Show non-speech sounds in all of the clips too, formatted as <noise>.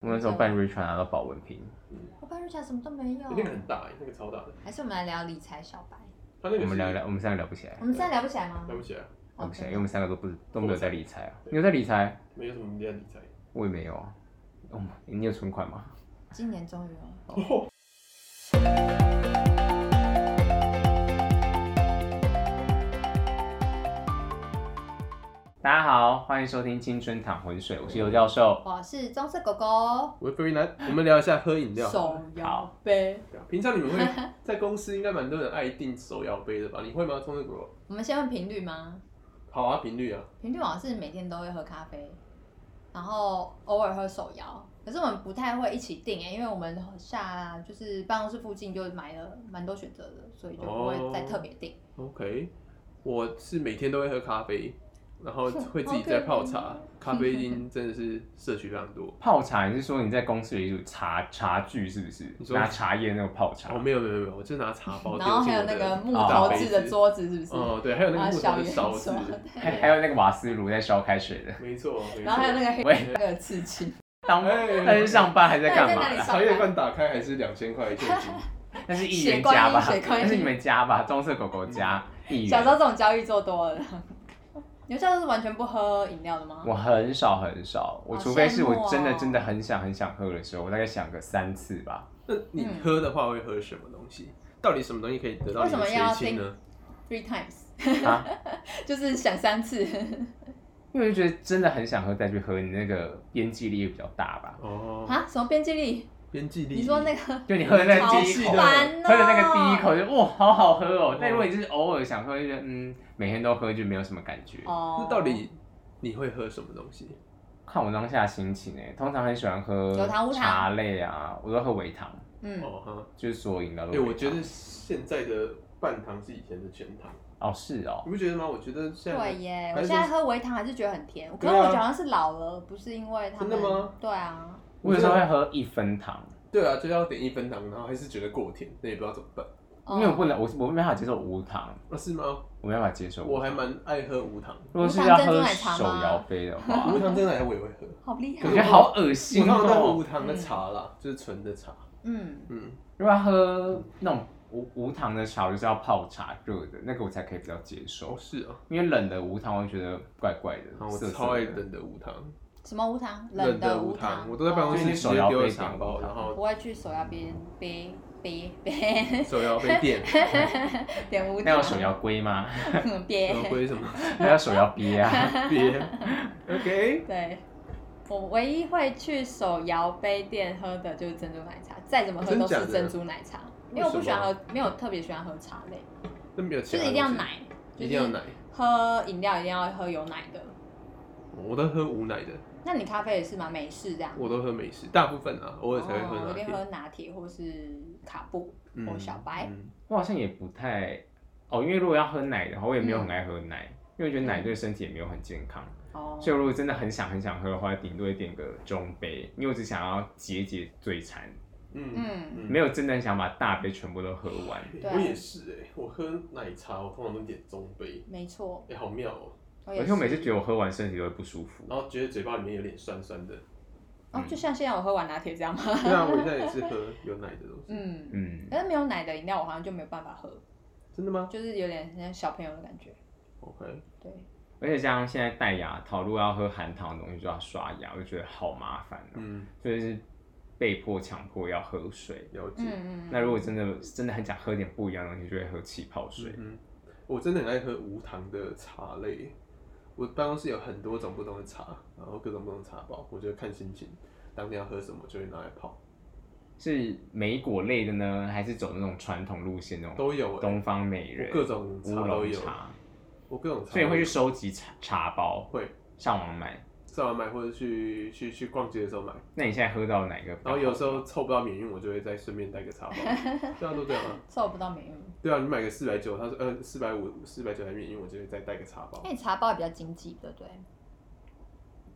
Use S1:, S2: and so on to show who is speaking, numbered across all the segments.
S1: 我那时候办 Richard 拿到保温瓶，
S2: 我办 Richard 什么都没有
S3: 那，个很大哎，那个超大的，
S2: 还是我们来聊理财小白？
S3: 他那个
S1: 我
S3: 是
S1: 们聊聊，我们三个聊不起来
S2: 我，们现在聊不起来吗？
S3: 对不起啊，
S1: 聊不起来，因为我
S2: 哦
S1: 们三个都不是都没有在理财啊。你有在理财？
S3: 没有什么在理财。
S1: 我也没有啊。哦，你有存款吗？
S2: 今年终于有了。
S3: 哦，
S1: 大家好，欢迎收听《青春淌浑水》，我是尤教授。
S2: 我是棕色狗狗，
S3: 我是 f r 男，我们聊一下喝饮料。
S2: 手摇杯。
S3: 平常你
S2: <laughs>
S3: 们会在公司应该蛮多人爱订手摇杯的吧？你会吗？冲这个
S2: 我们先问频率吗？
S3: 好啊，频率啊，
S2: 频率好像是每天都会喝咖啡，然后偶尔喝手摇，可是我们不太会一起订诶、因为我们下就是办公室附近就买了蛮多选择的，所以就不会
S3: 哦
S2: 再特别订。
S3: OK，我是每天都会喝咖啡，然后会自己在泡
S2: <laughs>
S3: 茶
S2: OK，
S3: 咖啡因真的是摄取非常多。
S1: 泡茶，你是说你在公司里有茶茶具是不是？
S3: 你说
S1: 拿茶叶那个泡茶
S3: <laughs> 哦，？没有没有没有，我就拿茶包
S2: 然
S3: 丢进
S2: 后
S3: 哦我
S2: 还有
S3: 的
S2: 那个木
S3: 大
S2: 头
S3: 杯
S2: 制的桌子，是不是？
S3: 哦对，还有那
S2: 啊
S3: 个木头
S2: 小
S3: 的
S2: 圆
S3: 勺子
S2: 桌，
S1: 还还有那个瓦斯炉在烧开水的。
S3: 没错没错。
S2: 然后还有那个黑
S1: 喂
S2: 那个刺青，
S1: 当
S2: <laughs>
S3: 哎
S1: 但是上班还在干嘛
S2: 那你在哪
S1: 啦
S2: 里？
S3: 茶叶罐打开还是两千块
S2: <laughs>
S3: 一现金，
S1: 那是艺人家吧？
S2: 水观音水观音
S1: 那是你们家吧？棕色狗狗家艺
S2: 小时候
S1: 人。
S2: 这种交易做多了。 <laughs> 你们现在是完全不喝饮料的吗？
S1: 我很少很少，我
S2: 好
S1: 除非是
S2: 羡慕
S1: 我
S2: 哦
S1: 真的真的很想很想喝的时候，我大概想个三次吧。
S3: 那你
S2: 嗯
S3: 喝的话会喝什么东西？到底什么东西可以得到
S2: 为
S3: 你的
S2: 什么要
S3: 垂青呢？
S2: three times， <laughs>
S1: 啊，
S2: 就是想三次。
S1: 因为我就觉得真的很想喝再去喝，你那个边际力比较大吧？
S3: 哦，
S2: 啊？什么边际力？
S3: 边际力。
S2: 你说那个
S1: 就你喝的那
S2: 好
S1: 个第一口
S3: 好，
S2: 烦哦，
S1: 喝的那个第一口就哇，好好喝哦
S3: 哦。
S1: 但如果你就是偶尔想喝，就觉得嗯，每天都喝就没有什么感觉。
S2: 哦，
S3: 那到底你会喝什么东西？
S1: 看我当下心情诶，通常很喜欢喝
S2: 有糖无糖
S1: 茶类啊，我都喝微糖，
S2: 嗯，
S3: 哦哈，
S1: 就是所有饮料都
S3: 哎、
S1: 微糖。
S3: 我觉得现在的半糖是以前的全糖，
S1: 哦是哦，
S3: 你不觉得吗？我觉得现在
S2: 对啊耶，我
S3: 还是
S2: 现在喝微糖还是觉得很甜，可
S3: 对啊
S2: 是我觉得好像是老了，不是因为他们
S3: 真的吗？
S2: 对啊，
S1: 我有时候会喝一分糖，
S3: 对啊，就要点一分糖，然后还是觉得过甜，那也不知道怎么办。
S2: 哦
S1: 因为我不能，我我没办法接受无糖，
S3: 那、是吗？
S1: 我没办法接受无
S3: 我
S1: 糖。
S3: 还蛮爱喝无糖，
S1: 如果是要
S2: 无糖珍珠
S1: 喝
S2: 奶茶吗
S1: 手摇杯的话，
S3: <laughs>
S2: 哦
S3: 无糖真奶我也会喝，
S2: 好厉
S1: 我
S2: 害
S1: 觉，得好恶心
S3: 我通常都喝
S1: 哦
S3: 无。糖的茶啦，就是纯的茶。
S2: 嗯，
S3: 嗯，
S1: 如果要喝那种无无糖的茶，我就是要泡茶热的那个，我才可以比较接
S3: 哦
S1: 受。
S3: 是啊，
S1: 因为冷的无糖，我觉得怪怪
S3: 然
S1: 的，
S3: 后我
S1: 涩涩
S3: 超爱
S1: 的。
S3: 冷的无糖，
S2: 什么无糖？
S3: 的
S2: 的
S3: 无
S2: 糖，
S3: 我都在办公室
S1: 哦
S3: 直接丢了茶包，然
S2: 哦
S3: 后
S2: 不会去手摇边杯杯杯
S3: 手摇杯
S2: <laughs>
S3: 垫，
S2: 点无糖，
S1: 哦那要手摇龟吗？
S2: <laughs>
S3: <laughs>
S2: 边
S3: 然后归什
S2: <laughs>
S3: 么
S1: 那要手摇鳖
S3: <laughs>
S1: 啊？
S3: 别，OK，
S2: 对，我唯一会去手摇杯店喝的就是珍珠奶茶，再怎么喝
S3: 哦真
S2: 都
S3: 假
S2: 是
S3: 的
S2: 珍珠奶茶，因为我不喜欢喝，没有特别喜欢喝茶类，
S3: 那没有其
S2: 就
S3: 他
S2: 是一定要
S3: 东西，
S2: 奶，就
S3: 一定要
S2: 是
S3: 奶，
S2: 喝饮料一定要喝有奶的。
S3: 我都喝无奶的，
S2: 那你咖啡也是吗？美式这样？
S3: 我都喝美式，大部分啊，偶尔才会
S2: 哦
S3: 喝
S2: 我一
S3: 拿
S2: 定
S3: 铁。
S2: 喝拿铁或是卡布。喝小白
S3: 嗯
S1: 我好像也不太哦，因为如果要喝奶的话，我也没有很爱喝奶，因为我觉得奶对身体也没有很健康。
S2: 哦，
S1: 所以如果真的很想很想喝的话，顶多也点个中杯，因为我只想要解解嘴馋，
S3: 嗯
S2: 嗯
S3: 嗯
S1: 没有真的很想把大杯全部都喝完。
S2: 对啊
S3: 我也是哎、我喝奶茶我通常都点中杯，
S2: 没错
S3: 哎、，好妙哦、
S2: 我也
S1: 而
S2: 是
S1: 且我每次觉得我喝完身体都会不舒服。
S3: 然后觉得嘴巴里面有点酸
S2: <laughs>
S3: 酸的。
S2: 哦，就像现在我喝完拿铁这样吗？ <laughs>
S3: 对啊，我现在也是喝有奶的东西。
S2: 嗯，
S1: 嗯，
S2: 可是没有奶的饮料我好像就没有办法喝，
S3: 真的吗
S2: 就是有点像小朋友的感觉。
S3: ？OK，
S2: 对，
S1: 而且加上现在戴牙套，如果要喝含糖的东西就要刷牙，我就觉得好麻烦哦、
S3: 嗯，
S1: 所以是被迫强迫要喝水。
S3: 了解。
S2: 嗯嗯。嗯
S1: 那如果真的真的很想喝点不一样的东西，就会喝气泡水。
S3: 嗯，我真的很爱喝无糖的茶类。我办公室有很多种不同的茶，然后各种不同的茶包，我就看心情，当天要喝什么就会拿来泡，
S1: 是莓果类的呢，还是走那种传统路线那种
S3: 都有、欸。
S1: 东方美人
S3: 我、各种
S1: 乌
S3: 茶都
S1: 龙
S3: 有，
S1: 茶？
S3: 我各种茶。
S1: 所以会去收集茶茶包，
S3: 会
S1: 上网买。
S3: 上网买，或者去去去逛街的时候买。
S1: 那你现在喝到哪个比较好？
S3: 然后有时候凑不到免运，我就会再顺便带个茶
S1: <laughs>
S3: 包。对啊，都这样啊。
S2: 凑不到美运。
S3: 对啊，你买个四百九，他说呃四百五、四百九还免运，我就会再带个茶包。
S1: 哎
S2: 那你茶包也比较经济，对不对？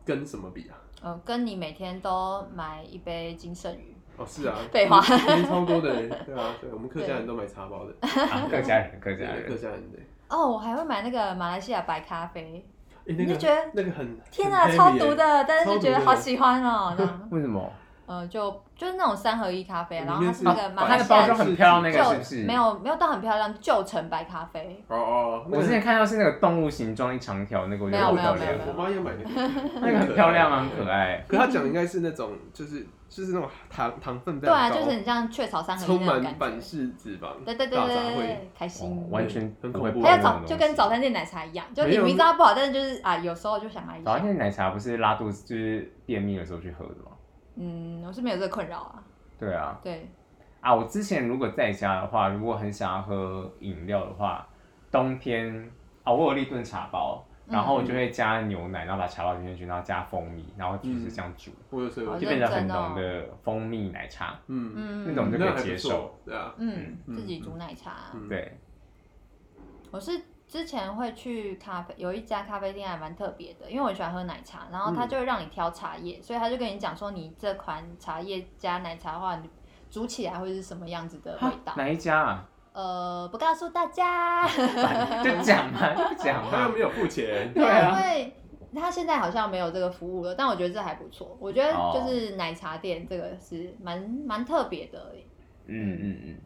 S3: 跟什么比啊？
S2: 呃，跟你每天都买一杯金圣宇，
S3: 哦，是啊，
S2: 废
S3: <laughs>
S2: 话
S3: 钱超多的人。对啊，对，我们客家人都买茶包的，
S1: 啊，客家人，客家
S3: <laughs> 对客
S1: 人，
S3: 家人的。哎
S2: 哦，我还会买那个马来西亚白咖啡，
S3: 哎，那
S2: 你
S3: 个
S2: 就觉得
S3: 那个很
S2: 天
S3: 啊，
S2: 啊，
S3: 很
S2: 超
S3: heavy
S2: 毒
S3: 耶。
S2: 的，但是就觉
S3: 超毒
S2: 得
S3: 的 <laughs>
S2: 好喜欢哦，这样
S1: 为什么？
S2: 呃，就就是那种三合一咖啡，
S3: 里
S2: 然后
S3: 面
S2: 它
S3: 是
S2: 是那个
S3: 白
S2: 马
S1: 啊它
S2: 来
S1: 的
S2: 西
S1: 包
S2: 亚
S1: 装很漂亮，那
S2: 旧
S1: 个是不是？
S2: 没。有没有到很漂亮，旧城白咖啡，
S3: 哦哦，那
S1: 我
S3: 个
S1: 之前看到是那个动物形状一长条那个，我觉得
S2: 没有
S1: 好
S2: 没
S1: 漂
S2: 有没
S1: 亮
S2: 有，
S3: 我妈也买那个，
S1: <laughs> 那个很漂亮啊，很可。爱。
S3: 可他讲的应该是那种，就是就是那种糖糖分非
S2: 对啊，
S3: 常高，
S2: 就是很像雀巢三合一那
S3: 充
S2: 种
S3: 满
S2: 感
S3: 反
S2: 觉。
S3: 式脂肪，
S2: 对对对
S3: 大
S2: 对
S3: 杂
S2: 对
S3: 烩
S2: 对，开
S1: 哦
S2: 心。
S1: 完全
S3: 很
S1: 不
S3: 恐
S1: 会
S3: 怖
S1: 不
S3: 啊
S2: 还
S1: 那
S2: 有
S1: 种
S2: 早
S1: 东西
S2: 就跟早餐店奶茶一样，就
S3: 没
S2: 你
S3: 有
S2: 明知道不好，但是就是啊，有时候就想来一
S1: 早
S2: 下
S1: 餐。店奶茶不是拉肚子就是便秘的时候去喝的吗？
S2: 嗯，我是没有这个困扰啊。
S1: 对啊，
S2: 对，
S1: 啊，我之前如果在家的话，如果很想要喝饮料的话，冬天啊，我有立顿茶包，然后我
S2: 嗯
S1: 就会加牛奶，然后把茶包丢进去，然后加蜂蜜，然后
S2: 嗯
S1: 就是这样煮，
S3: 我有时候
S2: 好
S3: 有
S1: 就
S2: 像
S1: 变得很
S2: 认真哦
S1: 浓的蜂蜜奶茶。
S3: 嗯，
S2: 嗯，
S1: 那种就
S3: 那
S1: 可以
S3: 还
S1: 接
S3: 不
S1: 受
S3: 错，对啊，
S2: 嗯，
S3: 嗯
S2: 自己煮奶茶。啊
S3: 嗯
S1: 对，
S2: 我是之前会去咖啡，有一家咖啡店还蛮特别的，因为我很喜欢喝奶茶，然后
S3: 嗯
S2: 他就会让你挑茶叶，所以他就跟你讲说，你这款茶叶加奶茶的话，你煮起来会是什么样子的味道。
S1: 哪一家啊？
S2: 呃，不告诉大
S3: <laughs>
S2: 家，
S1: 就讲嘛，就讲
S2: <laughs>
S3: 他又
S1: 嘛。
S3: 没有付钱，
S1: 对啊
S2: 因为他现在好像没有这个服务了，但我觉得这还不错。我觉得
S3: 哦
S2: 就是奶茶店这个是蛮蛮特别的，
S1: 嗯嗯嗯，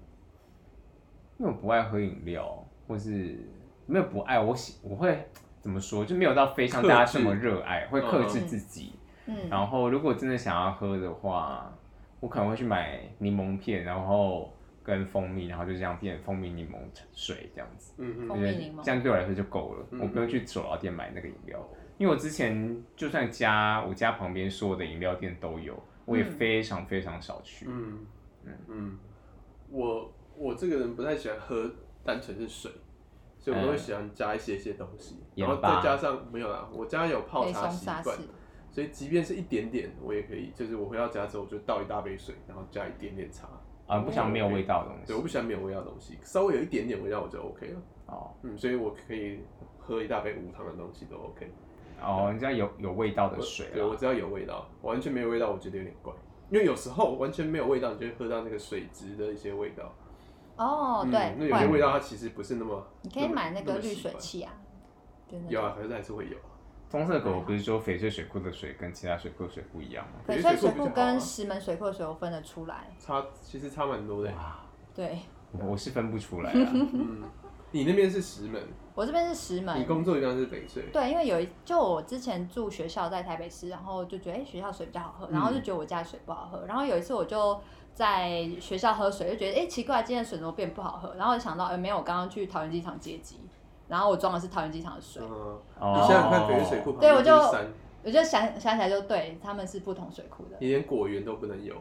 S1: 因为我不爱喝饮料，或是没有不爱，我喜我会怎么说，就没有到非像
S3: 克
S1: 大家
S3: 制
S1: 这么热爱，会克制
S2: 嗯
S1: 自己。
S2: 嗯，
S1: 然后如果真的想要喝的话，我可能会去买柠檬片，然后跟蜂蜜，然后就这样变蜂蜜柠檬水这样子。
S3: 嗯
S1: 我
S2: 蜂
S3: 嗯
S1: 觉
S2: 蜜
S1: 得
S2: 柠檬
S1: 这样对我来说就够了，
S3: 嗯
S1: 我不用去手摇店买那个饮料，因为我之前就算家我家旁边所有的饮料店都有，我也
S2: 嗯
S1: 非常非常少去。
S3: 嗯
S1: 嗯
S3: 嗯，我我这个人不太喜欢喝单纯是水，所以我都会喜欢加一些些东西，
S1: 嗯盐
S3: 然后
S1: 巴
S3: 再加上没有啦，我家有泡
S2: 黑
S3: 茶
S2: 松
S3: 习
S2: 沙
S3: 惯
S2: 士，，
S3: 所以即便是一点点，我也可以，就是我回到家之后就倒一大杯水，然后加一点点茶。
S1: 啊，不想没有味道的
S3: 对，我
S1: 东
S3: 不
S1: 西。
S3: 喜欢没有味道的东西，稍微有一点点味道我就 OK 了。
S1: 哦
S3: 嗯，所以我可以喝一大杯无糖的东西都 OK。
S1: 哦，你知道有有味道的
S3: 我
S1: 水
S3: 对我
S1: 啊，
S3: 只要有味道，完全没有味道我觉得有点怪，因为有时候完全没有味道，你就会喝到那个水质的一些味道。
S2: 哦，
S3: 嗯那
S2: 对，
S3: 有些
S2: 会，
S3: 味道它其实不是那么，
S2: 你可以买那
S3: 那
S2: 个
S3: 么
S2: 滤
S3: 喜
S2: 水
S3: 欢
S2: 器啊，就那
S3: 有
S2: 种
S3: 啊，可是还是会有。
S1: 棕色狗不是说翡翠水库的水跟其他水库的水不一样吗？
S2: 翡翠
S3: 翡翠水
S2: 水
S3: 库
S2: 库
S3: 比较好啊
S2: 跟石门水库的水又分得出来，
S3: 差其实差蛮多的。
S1: 哇，
S2: 对
S1: 我是分不出来
S2: <laughs>
S1: 啊。
S3: 嗯，你那边是石门，
S2: 我这边是石
S3: 你
S2: 门，
S3: 工作地方是翡翠。
S2: 对，因为有一就我之前住学校在台北市，然后就觉得哎、诶学校水比较好喝，然后
S3: 嗯
S2: 就觉得我家水不好喝，然后有一次我就在学校喝水，就觉得哎、诶奇怪，今天水怎么变不好喝？然后我想到哎、诶没有，我刚刚去桃园机场接机，然后我装的是桃园机场的水，
S3: 嗯，
S1: 哦
S3: 你想想看，翡翠水库旁
S2: 对
S3: 边
S2: 我
S3: 就
S2: 就是
S3: 山，
S2: 我就想想起来就对，他们是不同水库的，
S3: 你连果园都不能有，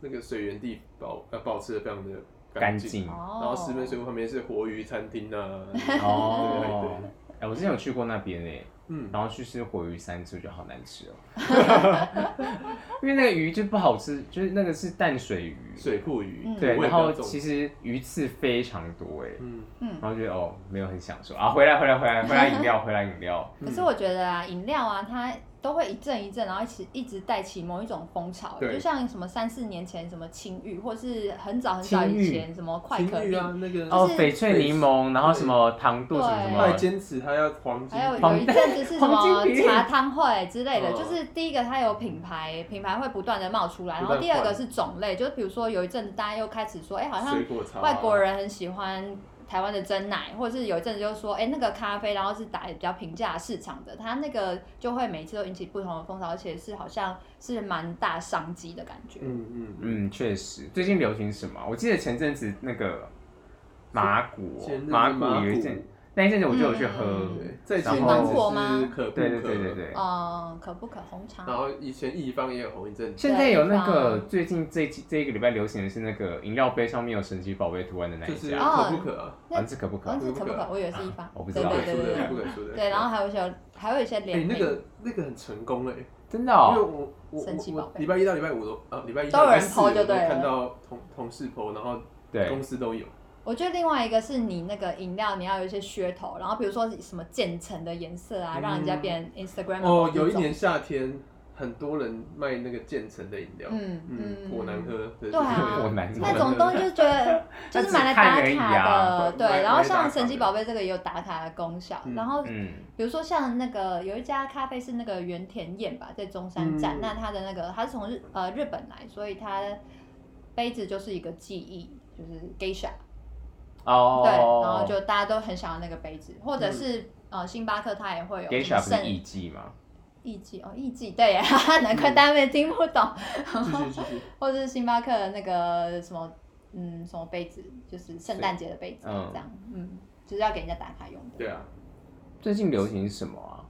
S3: 那个水源地保呃保持的非常的
S1: 干
S3: 净。
S1: 净
S2: 哦，
S3: 然后石门水库旁边是活鱼餐
S2: <laughs>
S3: 厅啊，
S1: 哦
S3: 对对。
S1: 哎，我之前有去过那边诶，
S3: 嗯，
S1: 然后去吃活鱼三次，我觉得好难吃哦，
S2: <laughs>
S1: 因为那个鱼就不好吃，就是那个是淡水鱼，
S3: 水库鱼，
S2: 嗯
S1: 对，
S3: 味
S1: 然
S3: 道
S1: 后
S3: 重
S1: 其实鱼刺非常多诶，
S3: 嗯，
S2: 嗯。
S1: 然后觉得哦没有很享受啊，回来回来回来
S2: <laughs>
S1: 回来饮料回来饮料，
S3: 嗯
S2: 可是我觉得啊，饮料啊，它都会一阵一阵，然后一起一直带起某一种风潮，
S3: 对
S2: 就像什么三四年前什么青玉，或是很早很早
S1: 青玉
S2: 以前什么快可
S3: 情侣
S2: 丽，
S3: 啊，那个
S1: 哦
S2: 就是
S1: 翳翠柠檬，然后什么糖度什么什
S2: 对
S3: 他还
S1: 么，
S3: 坚持他要黄金
S2: 还有
S3: 比
S2: 有一阵子是什
S1: 黄
S2: 么
S1: 金比例
S2: 茶汤会之类的，
S3: 嗯
S2: 就是第一个它有品牌，品牌会不断的冒出来，然
S3: 不
S2: 后
S3: 断换
S2: 第二个是种类，就是比如说有一阵子大家又开始说，哎，好像
S3: 水果茶，
S2: 外国人很喜欢。台湾的真奶，或者是有一阵子就说，哎、那个咖啡，然后是打比较平价市场的，它那个就会每次都引起不同的风潮，而且是好像是蛮大商机的感觉。
S3: 嗯嗯嗯，
S1: 嗯，确实，最近流行什么？我记得前阵子那个麻古哦
S3: 前阵，子
S1: 麻古有一阵，那一阵子我就有去
S2: 嗯
S1: 喝，
S3: 对，在
S1: 然
S3: 前
S1: 后
S3: 阵子
S2: 芒果吗
S3: 是可不可，
S1: 对对对对对。
S2: 嗯，可不可红茶？
S3: 然后以前一方也有红一阵子，
S1: 现在有那
S2: 对啊
S1: 个
S2: 吧
S1: 最近这这一个礼拜流行的是那个饮料杯上面有神奇宝贝图案的那
S3: 就
S1: 一
S3: 是
S1: 家，
S2: 哦
S3: 可不可啊，
S1: 啊，这可不可
S2: 哦，？是
S3: 可
S2: 可
S3: 不
S2: 不
S3: 可啊
S2: 可？我以为是一方
S1: 我不，知
S2: 对
S1: 道
S3: 不
S2: 对
S3: 敢
S2: 对
S3: 输
S2: 对对
S3: 的，<laughs> 不。敢输的。
S2: 对，然后还有一些，还有一些
S3: 哎，
S2: 联名，
S3: 那个那个很成功哎，
S1: 真的
S3: 因为
S1: 哦，
S3: 我我
S2: 神奇宝
S3: 我
S2: 贝
S3: 礼拜一到礼拜五都啊，礼拜一
S2: 都
S3: 到礼拜
S2: 有人
S3: 四
S2: po
S3: 我
S2: 就
S3: 都
S2: 对了
S3: 看到同同事 PO，然后
S1: 对
S3: 公，司都有，
S2: 我觉得另外一个是你那个饮料，你要有一些噱头，然后比如说什么渐层的颜色啊，
S3: 嗯哦
S2: 让人家变 Instagram
S3: 哦，有一年夏天，很多人卖那个渐层的饮料，
S2: 嗯
S3: 嗯，果难。喝，对
S2: 对啊
S1: <laughs> 我难
S2: 那种东西就
S1: <laughs>
S2: 觉得就是买来打
S1: 那只看而已
S2: 卡
S1: 啊
S2: 的，对
S3: 买买。
S2: 然后
S3: 打卡
S2: 像
S3: 的
S2: 神奇宝贝这个也有打卡的功效，
S3: 嗯
S2: 然后
S1: 嗯，
S2: 比如说像那个有一家咖啡是那个原田彦吧，在中山站，
S3: 嗯
S2: 那它的那个它是从日呃日本来，所以它杯子就是一个记忆，就是 geisha，、
S1: 哦，嗯
S2: 对，然后就大家都很想要那个杯子，或者是、呃星巴克它也会有
S1: geisha 不是艺
S2: 圣
S1: 妓吗？
S2: 艺妓哦艺妓，对耶， <laughs> 难怪大家没听不懂，
S1: 嗯
S3: 继续继续，
S2: 或者是星巴克的那个什么嗯什么杯子，就是圣诞节的杯子、
S1: 嗯
S2: 这样，嗯，就是要给人家打卡用的，<laughs>
S3: 对啊，
S1: 最近流行是什么啊？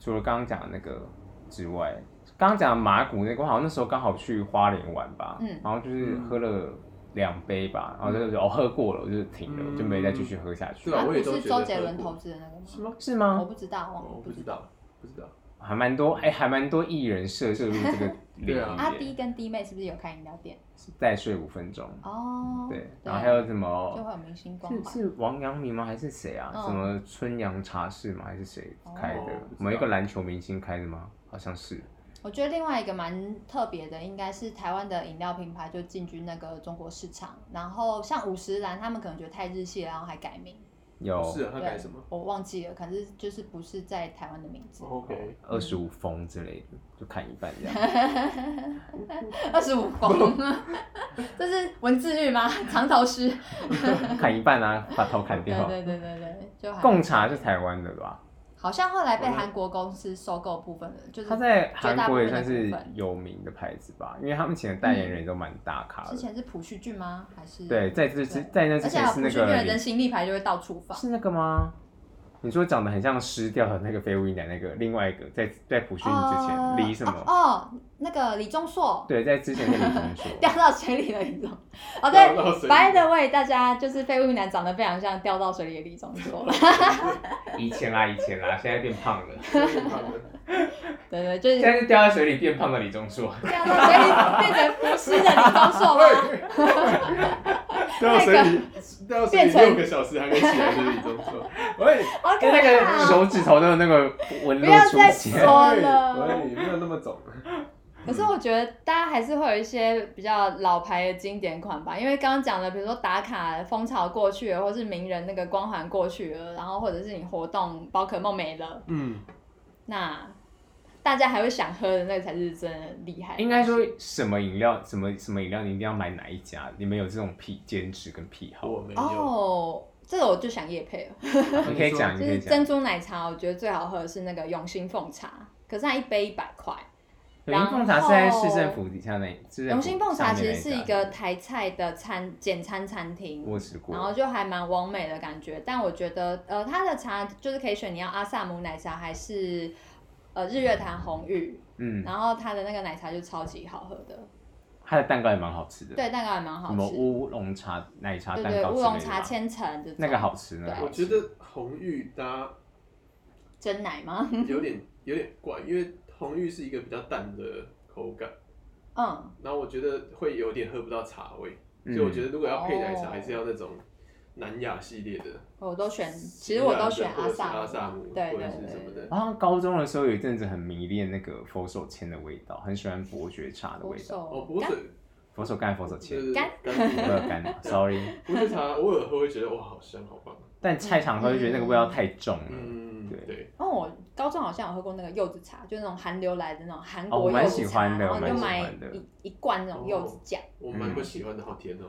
S1: 除了刚刚讲的那个之外，刚刚讲的马古那个，我好像那时候刚好去花莲玩吧，
S2: 嗯
S1: 然后就是喝了两杯吧，然后就哦喝过了，我就停了，
S3: 嗯
S1: 就没再继续喝下去
S3: 对。啊
S2: 啊
S3: 我也都
S2: 不是
S3: 觉得
S2: 周杰伦
S3: 喝过
S2: 投资的那个吗？
S3: 是吗？
S1: 是
S2: 我
S1: 吗？
S2: 不知道，忘了
S3: 哦，我不知。道，不知道，
S1: 还蛮多哎、还蛮多艺人涉涉入这
S3: <laughs>
S1: 个领域
S3: 对
S1: 耶
S3: 啊
S2: 阿弟跟弟妹是不是有开饮料店？
S1: 再睡五分钟，
S2: 哦，
S1: 对，然后还有什
S2: 就
S1: 么？
S2: 会有明星光
S1: 是
S2: 环。
S1: 是王阳明吗？还是谁啊？
S2: 嗯
S1: 什么春阳茶室吗？还是谁开的
S3: 哦不知？道
S1: 某一个篮球明星开的吗？好像是。
S2: 我觉得另外一个蛮特别的，应该是台湾的饮料品牌就进军那个中国市场，然后像五十岚他们可能觉得太日系了，然后还改名，
S1: 有
S3: 是啊，他
S2: 对
S3: 改什么
S2: 我忘记了，可是就是不是在台湾的名字，
S3: 哦？OK，
S2: <laughs>
S1: 二十
S2: 嗯
S1: 五封之类的，就看一半这样。
S2: <laughs> 二
S1: <laughs>
S2: 十五封，这是文字狱吗？ <laughs> 藏头诗，
S1: 砍一半啊，把头砍
S2: 对
S1: 掉。
S2: 对对对对，就还
S1: 贡茶是台湾的吧？
S2: 好像后来被韩国公司收购部分的，就是
S1: 它在韩国也
S2: 绝大
S1: 算
S2: 部分的
S1: 是
S2: 股份
S1: 有名的牌子吧，因为他们请的代言人也都蛮大咖
S2: 之
S1: 的。
S2: 前是朴叙俊吗？还是
S1: 对，在之之
S2: 对
S1: 在那之
S2: 而且
S1: 前
S2: 啊
S1: 是
S2: 朴
S1: 那
S2: 叙俊的
S1: 个
S2: 人形立牌就会到处放。
S1: 是那个吗？你说长得很像失掉的那个飞屋一男那个，另外一个在在朴叙俊之前
S2: 哦
S1: 李什
S2: 哦
S1: 么？
S2: 哦，那个李钟硕
S1: 对，在之前的李钟
S2: <laughs>
S1: 硕。
S2: 掉到水里的李钟。哦，
S3: 掉
S2: 对
S3: 到水里
S2: ，By the way，大家就是废物男长得非常像掉到水里的李钟硕了。
S1: 以前啦，以前啦，现在变胖了，
S2: 对对，啊就是
S1: 现在是掉在水里变胖的李钟硕。
S2: 掉到水里变成浮尸的李钟硕
S1: <laughs> 哎
S2: 吗？
S3: 掉到水里，
S2: <laughs>
S3: 掉到水里
S2: 变成
S3: 啊六个小时还没起来的李钟硕，
S2: <laughs>
S3: 喂
S2: 好可
S1: 跟那个
S2: 怕！啊
S1: 手指头的那个纹
S2: 不
S1: 路
S2: 要
S1: 出
S2: 再
S1: 现。
S2: 说了
S3: 喂，没有那么肿，
S2: 可是我觉得大家还是会有一些比较老牌的经典款吧，因为刚刚讲的，比如说打卡风潮过去了，或是名人那个光环过去了，然后或者是你活动宝可梦没了，
S3: 嗯，
S2: 那大家还会想喝的那个才是真的厉害。
S1: 应该说什么饮料，什么什么饮料，你一定要买哪一家？你们有这种癖坚持跟癖好？
S3: 我没有，
S2: 哦，这个我就想夜配了，
S1: 你可以讲，
S2: 就
S1: 你可以
S2: 是
S1: 讲
S2: 珍。珠奶茶，我觉得最好喝的是那个永兴凤茶，可是它一杯一百块。
S1: 永兴凤茶是在市政府底下那，市政府
S2: 永兴凤茶其实
S1: 上
S2: 是一
S1: 面那
S2: 个台菜的餐简餐餐厅
S1: 家，我吃过，
S2: 然后就还蛮完美的感觉。但我觉得，呃，它的茶就是可以选你要阿萨姆奶茶还是呃日月潭红玉，
S1: 嗯，
S2: 然后它的那个奶茶就超级好喝的，
S1: 它的蛋糕也蛮好吃的，，
S2: 对，蛋糕也蛮好
S1: 什么
S2: 吃，
S1: 乌龙茶、奶茶
S2: 对
S1: 蛋
S2: 对，
S1: 糕之
S2: 乌
S1: 类的吧
S2: 龙茶千层的
S1: 那个好吃，那个
S2: 对
S1: 好
S3: 我
S1: 吃
S3: 觉得红玉搭
S2: 真奶吗？ <laughs>
S3: 有点有点怪，因为红玉是一个比较淡的口感，
S2: 嗯，
S3: 然后我觉得会有点喝不到茶味，所以我觉得如果要配奶茶，
S2: 哦
S3: 还是要那种南亚系列的，
S2: 我都选，哦其实我
S3: 啊
S2: 都选阿
S3: 或者是
S2: 萨
S3: 阿萨姆
S2: 姆，对
S3: 或
S2: 对
S3: 者是什么
S2: 对
S3: 的
S1: 我好像高中的时候有一阵子很迷恋那个佛手签的味道，很喜欢伯爵茶的
S2: 佛
S1: 味道，
S3: 哦，
S2: 手
S3: 不是，
S1: 佛手柑、佛手
S3: 对
S1: 签，
S3: 对对
S2: 干
S1: 不
S3: 干
S1: 要干，sorry。
S3: 不是茶，偶尔喝会觉得哇，好香，好棒，
S1: 但菜场喝就觉得那个味道太重了，
S3: 嗯，
S1: 对
S3: 对，
S2: 哦，我高中好像有喝过那个柚子茶，就是那种韩流来的那种韩
S1: 哦我
S2: 国
S1: 蛮
S2: 柚子
S1: 喜
S2: 茶，
S1: 欢的
S2: 然后
S1: 我
S2: 就
S1: 蛮喜
S2: 买
S1: 欢的
S2: 一一罐那种柚子酱。
S3: 我蛮不喜欢的，好甜
S2: <laughs>
S3: 哦，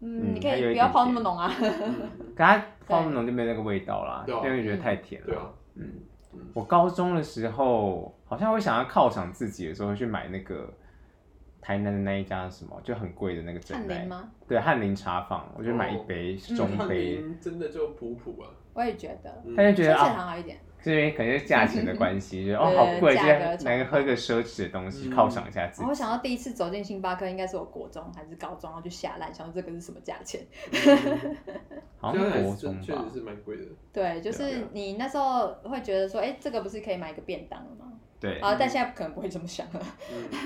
S1: 嗯
S2: 嗯，你可
S1: 还有一
S2: 以不
S1: 点
S2: 要泡那
S1: 甜
S2: 么浓啊。
S3: 嗯
S1: 可它泡那种就没有那个味道啦，
S3: 对啊
S1: 因为觉得太甜
S3: 对
S1: 了。
S3: 啊，
S1: 嗯
S3: 嗯，
S1: 我高中的时候好像会想要犒赏自己的时候，会去买那个台南的那一家什么就很贵的那个
S2: 翰
S1: 整奶
S2: 林，吗？
S1: 对汉林茶坊，我就买一杯中
S3: 嗯翰
S1: 杯，
S3: 林真的就普普啊，
S2: 我也觉得，
S3: 嗯
S1: 但是觉
S2: 清
S1: 得
S2: 水
S1: 啊，
S2: 堂好一点。
S1: 这边可能是价钱的关系，觉得哦
S2: 对
S1: 好贵，就
S2: 价格
S1: 是
S2: 差
S1: 能喝个奢侈的东西
S3: 嗯
S1: 犒赏一下自
S2: 哦
S1: 己
S2: 我。想到第一次走进星巴克，应该是我国中还是高中，然后就吓烂，想说这个是什么价钱？ <laughs>
S3: 嗯
S1: 好
S3: 虽
S1: 像
S3: 然还
S1: 是国
S3: 是
S1: 中
S3: 确
S1: 吧
S3: 实，是蛮贵的，
S2: 对，就
S3: 对啊对
S2: 是
S3: 啊
S2: 你那时候会觉得说，哎，这个不是可以买一个便当了吗？
S1: 对，
S2: 啊，但现在可能不会这么想了。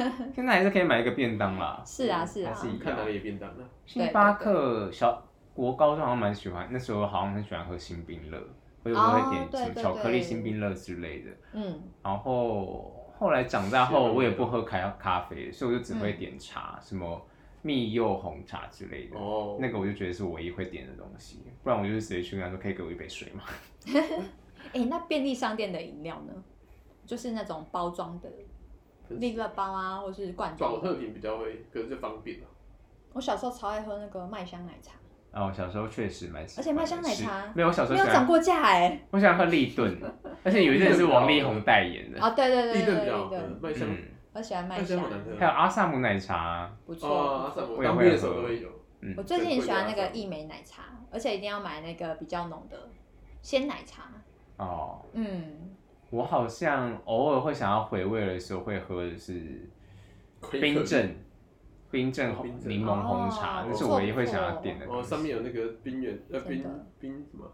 S3: 嗯，
S1: 现在还是可以买一个便当啦。
S2: <laughs> 是啊，是啊
S1: 还，是一
S3: 看哪里也便当了，啊
S1: 星巴克小国高中好像蛮喜欢，那时候好像很喜欢喝新冰乐，或者我会点
S2: 哦对
S1: 什么
S2: 对
S1: 巧克力
S2: 对
S1: 新冰乐之类的。
S2: 嗯，
S1: 然后后来长大
S3: 是
S1: 后，
S3: 啊
S2: 哦
S1: 我也不喝咖咖啡，所以我就只会
S2: 嗯
S1: 点茶，什么蜜柚红茶之类的。
S3: 哦，
S1: 那个我就觉得是我唯一会点的东西，不然我就是直接去跟他说，可以给我一杯水吗？
S2: 哎、那便利商店的饮料呢？就是那种包装的
S3: 可是
S2: 利乐包啊，或是罐
S3: 保
S2: 装的。
S3: 特瓶比较会，可是就方便了。
S2: 我小时候超爱喝那个麦香奶茶，
S1: 然后我小时候确实蛮喜欢的，
S2: 而且麦香奶
S1: 是
S2: 茶
S1: 没有，我小时候
S2: 没
S1: 喜
S2: 有
S1: 欢
S2: 涨过价哎、
S1: 我喜欢喝立
S2: <laughs>
S1: 顿，而且有一阵是王力宏代言的。
S2: 啊，对对对
S3: 立
S2: 对
S3: 顿比
S2: 对
S3: 较好
S2: 对
S3: 喝
S2: 对，，
S3: 麦香
S1: 嗯，
S2: 我喜欢麦
S3: 麦香
S2: 香，
S3: 好难喝。
S1: 还有阿萨姆奶茶，
S2: 不错。
S3: 哦，阿萨姆，
S1: 我也
S3: 当
S1: 会
S3: 兵的
S1: 喝
S3: 时候都会有。
S1: 嗯
S2: 我最近很喜欢那
S3: 珍贵
S2: 个
S3: 的阿萨姆
S2: 益美奶茶，而且一定要买那个比较浓的鲜奶茶。
S1: 哦，
S2: 嗯，
S1: 我好像偶尔会想要回味的时候会喝的是
S3: 魁克
S1: 冰镇，冰镇
S3: 哦冰镇
S1: 柠檬红茶，
S2: 哦
S1: 这是
S2: 不错
S1: 我唯一会
S2: 不错
S1: 想要点的东
S3: 哦，
S1: 西。
S3: 上面有那个冰原呃
S2: 真
S3: 冰
S2: 的
S3: 冰什么？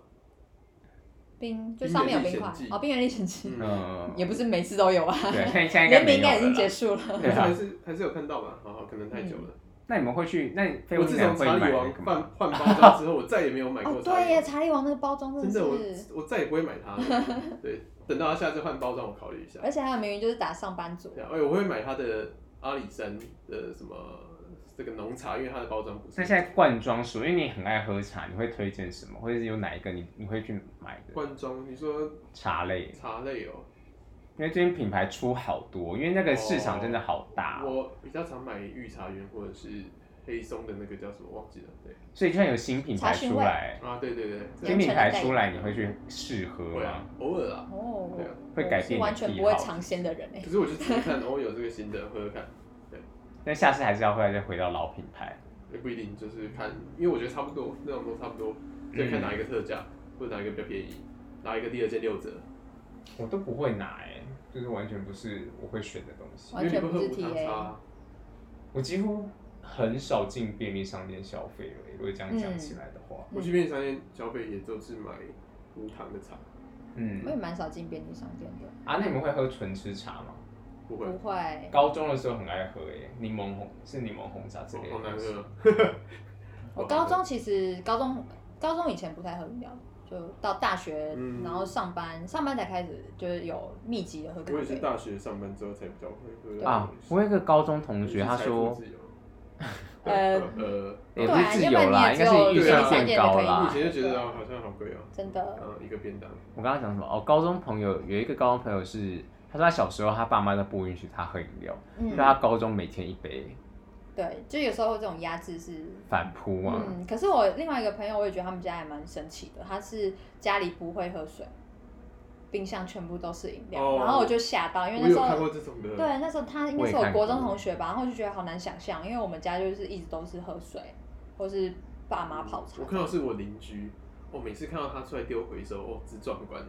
S2: 冰就
S3: 冰
S2: 上面有
S3: 原
S2: 冰
S3: 历险
S2: 块
S3: 记
S2: 哦，冰原历险记
S3: 嗯
S1: 嗯，
S2: 也不是每次都有啊，
S1: 对，
S2: <laughs>
S1: 现在现在应该
S2: 原名
S1: 没
S2: 应该已
S1: 有
S2: 经
S1: 了
S2: 结
S1: 啦。
S2: 束了。
S1: 对啊
S3: 还是还是有看到吧？好好，可能太久
S2: 嗯
S3: 了。
S1: 那你们会去？那你废物
S3: 我自
S1: 你们
S3: 从
S1: 会
S3: 查
S1: 买
S3: 理
S1: 那
S3: 王
S1: 个
S3: 换
S1: 吗？
S3: 换包装之后，我再也没有买
S2: 哦
S3: 过，查
S2: 对
S3: 理
S2: 耶，
S3: 王。
S2: 查理王那个包装
S3: 真
S2: 真
S3: 的，我
S2: 是，
S3: 我再也不会买
S2: <laughs>
S3: 它了。对，等到它下次换包装，我考虑一下。
S2: 而且还有明明就是打上班族
S3: 对，啊，哎，我会买它的阿里山的什么这个浓茶，因为它的包装不
S1: 那现
S3: 是
S1: 在罐装书，因为你很爱喝茶，你会推荐什么？或者是有哪一个你你会去买的
S3: 罐装。你说
S1: 茶类？
S3: 茶类哦，
S1: 因为最近品牌出好多，因为那个市场真的好大哦、
S3: 我比较常买御茶园或者是黑松的那个叫什么忘记了。对
S1: 所以就算有新品牌出来，
S3: 啊，对对对，
S2: 嗯
S1: 新
S3: 对
S1: 品牌出来你会去试喝
S3: 会啊
S1: 吗？，
S3: 偶尔啊，
S2: 哦
S3: 对啊，
S1: 会改
S2: 我是
S1: 变你
S2: 完
S1: 的
S2: 全
S1: 癖
S2: 不会
S1: 好
S2: 尝，鲜的人哎
S3: 可。是我就只是
S2: <laughs>
S3: 看哦有这个新的喝喝看，
S1: 但下次还是要回来再回到老品牌。
S3: 也哎不一定就是看，因为我觉得差不多那种都差不多，就看哪一个特价
S1: 嗯
S3: 或者哪一个比较便宜，哪一个第二件六折，
S1: 我都不会拿哎、就是完全不是我会选的东西
S2: 完全
S3: 因为你
S2: 不
S3: 喝
S2: 是
S3: 无糖
S2: TA
S3: 茶啊，
S1: 我几乎很少进便利商店消费了，欸如果这样
S2: 嗯
S1: 讲起来的话，
S3: 我去便利商店消费也都是买无糖的茶，
S1: 嗯
S2: 我也蛮少进便利商店的，
S1: 啊，那你们会喝纯吃茶吗？
S3: 不会，
S2: 不
S1: 嗯
S2: 会，
S1: 高中的时候很爱喝哎、柠檬红是柠檬红茶之类的
S3: 好难
S1: 东西，
S3: 喝，
S2: 我高中其实高中高中以前不太喝饮料，就到大学，
S3: 嗯
S2: 然后上班上班才开始就是有密集的喝咖
S3: <laughs> 我也是
S2: 啡。
S3: 大学上班之后才比较会喝
S1: 啊！我有一个高中同学，他说 <laughs>
S3: 呃
S2: 呃
S3: 呃，
S1: 也
S2: 对
S1: 不
S2: 啊
S1: 是自由啦，应该
S2: 要不
S1: 是
S2: 然你也
S1: 预
S3: 只有
S1: 算变高
S3: 我以
S1: 啦。
S3: 前就觉得啊好像好贵哦，
S2: 真的，
S3: 嗯，一个便当，
S1: 我刚刚讲什么？哦，高中朋友有一个高中朋友是，他说他小时候他爸妈都不允许他喝饮料，所以
S2: 嗯，
S1: 他高中每天一杯
S2: 对，就有时候这种压制是，
S1: 反扑啊嘛。
S2: 嗯，可是我另外一个朋友，我也觉得他们家也蛮神奇的，他是家里不会喝水，冰箱全部都是饮料，
S3: 哦
S2: 啊然后我就吓到，因为
S3: 我
S2: 那
S3: 有
S2: 时
S3: 看
S2: 候
S3: 过这种的，
S2: 对那啊时候他应该是
S1: 我也
S2: 我
S1: 看
S2: 国中
S1: 过
S2: 同学吧，然后我就觉得好难想象，因为我们家就是一直都是喝水，或是爸妈泡茶
S3: 嗯我，看到是我邻居，我、每次看到他出来丢回收，哦，之壮观，